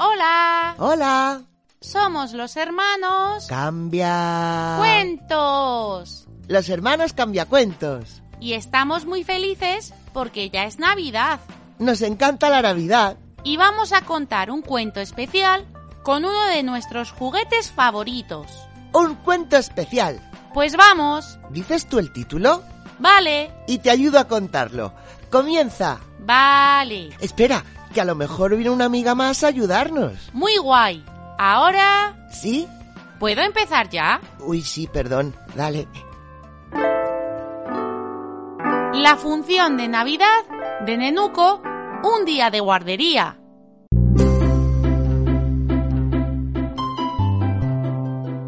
Hola, Hola, somos los hermanos cambia. Cuentos. Los hermanos cambiacuentos. Y estamos muy felices porque ya es Navidad. Nos encanta la Navidad. Y vamos a contar un cuento especial con uno de nuestros juguetes favoritos. Un cuento especial. Pues vamos, ¿Dices tú el título? vale, Y te ayudo a contarlo. Comienza. vale. Espera, que a lo mejor viene una amiga más a ayudarnos. Muy guay. Ahora, ¿Sí? ¿puedo empezar ya? Uy, sí, perdón. Dale. La función de Navidad de Nenuco, un día de guardería.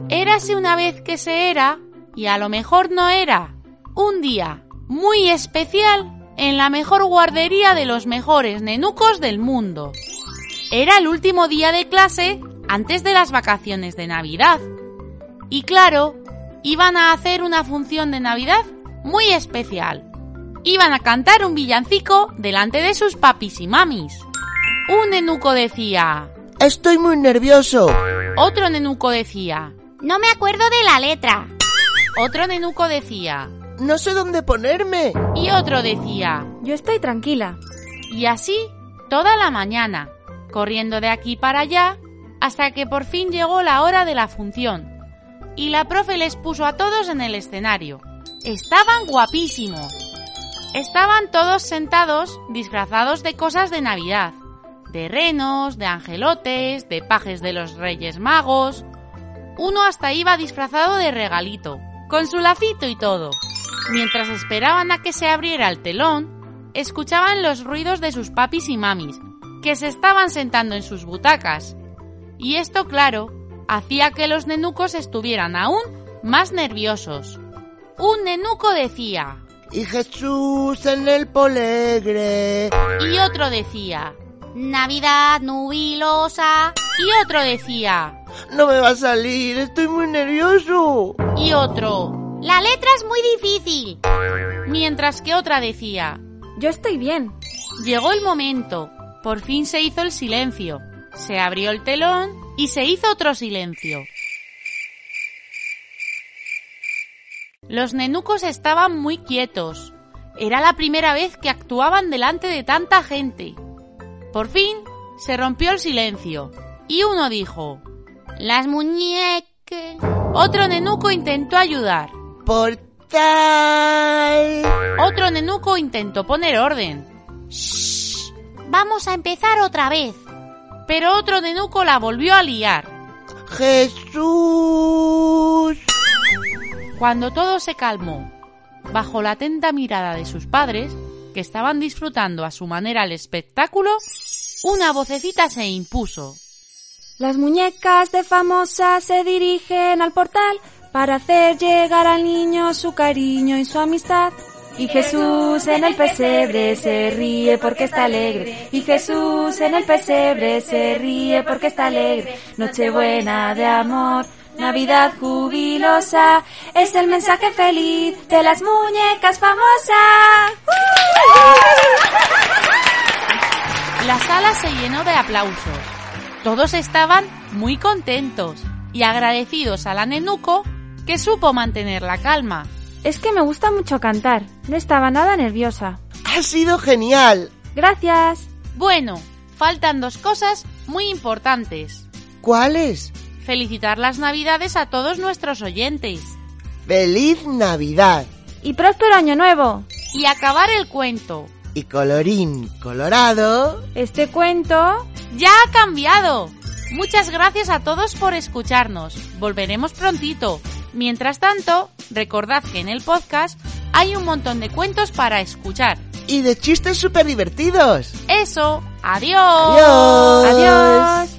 Érase una vez que se era, y a lo mejor no era, un día muy especial en la mejor guardería de los mejores nenucos del mundo. Era el último día de clase antes de las vacaciones de Navidad. Y claro, iban a hacer una función de Navidad muy especial. Iban a cantar un villancico delante de sus papis y mamis. Un nenuco decía, Estoy muy nervioso. otro nenuco decía, No me acuerdo de la letra. otro nenuco decía, No sé dónde ponerme. y otro decía, Yo estoy tranquila. y así toda la mañana, corriendo de aquí para allá, hasta que por fin llegó la hora de la función. Y la profe les puso a todos en el escenario. Estaban guapísimos. Estaban todos sentados disfrazados de cosas de Navidad. De renos, de angelotes, de pajes de los Reyes Magos. Uno hasta iba disfrazado de regalito, con su lacito y todo. Mientras esperaban a que se abriera el telón, escuchaban los ruidos de sus papis y mamis, que se estaban sentando en sus butacas. Y esto, claro, hacía que los nenucos estuvieran aún más nerviosos. Un nenuco decía, Y Jesús en el polegre. y otro decía, Navidad nubilosa. y otro decía, No me va a salir. Estoy muy nervioso. y otro, La letra es muy difícil. mientras que otra decía, Yo estoy bien. Llegó el momento. Por fin se hizo el silencio. Se abrió el telón y se hizo otro silencio. Los nenucos estaban muy quietos. Era la primera vez que actuaban delante de tanta gente. Por fin se rompió el silencio y uno dijo, Las muñecas. otro nenuco intentó ayudar, Portal. otro nenuco intentó poner orden, Vamos a empezar otra vez. pero otro nenuco la volvió a liar. Jesús. Cuando todo se calmó, bajo la atenta mirada de sus padres, que estaban disfrutando a su manera el espectáculo, una vocecita se impuso. Las muñecas de famosas se dirigen al portal para hacer llegar al niño su cariño y su amistad. Y Jesús en el pesebre se ríe porque está alegre. Y Jesús en el pesebre se ríe porque está alegre. Nochebuena de amor, Navidad jubilosa, es el mensaje feliz de las muñecas famosas. La sala se llenó de aplausos. Todos estaban muy contentos y agradecidos a la Nenuco que supo mantener la calma. Es que me gusta mucho cantar, no estaba nada nerviosa. Ha sido genial. Gracias. Bueno, faltan dos cosas muy importantes. ¿Cuáles? Felicitar las Navidades a todos nuestros oyentes Feliz Navidad. Y próspero año nuevo. y acabar el cuento. Y colorín colorado. Este cuento ¡Ya ha cambiado! Muchas gracias a todos por escucharnos. Volveremos prontito. Mientras tanto, recordad que en el podcast hay un montón de cuentos para escuchar. y de chistes súper divertidos. Eso, adiós. Adiós. Adiós.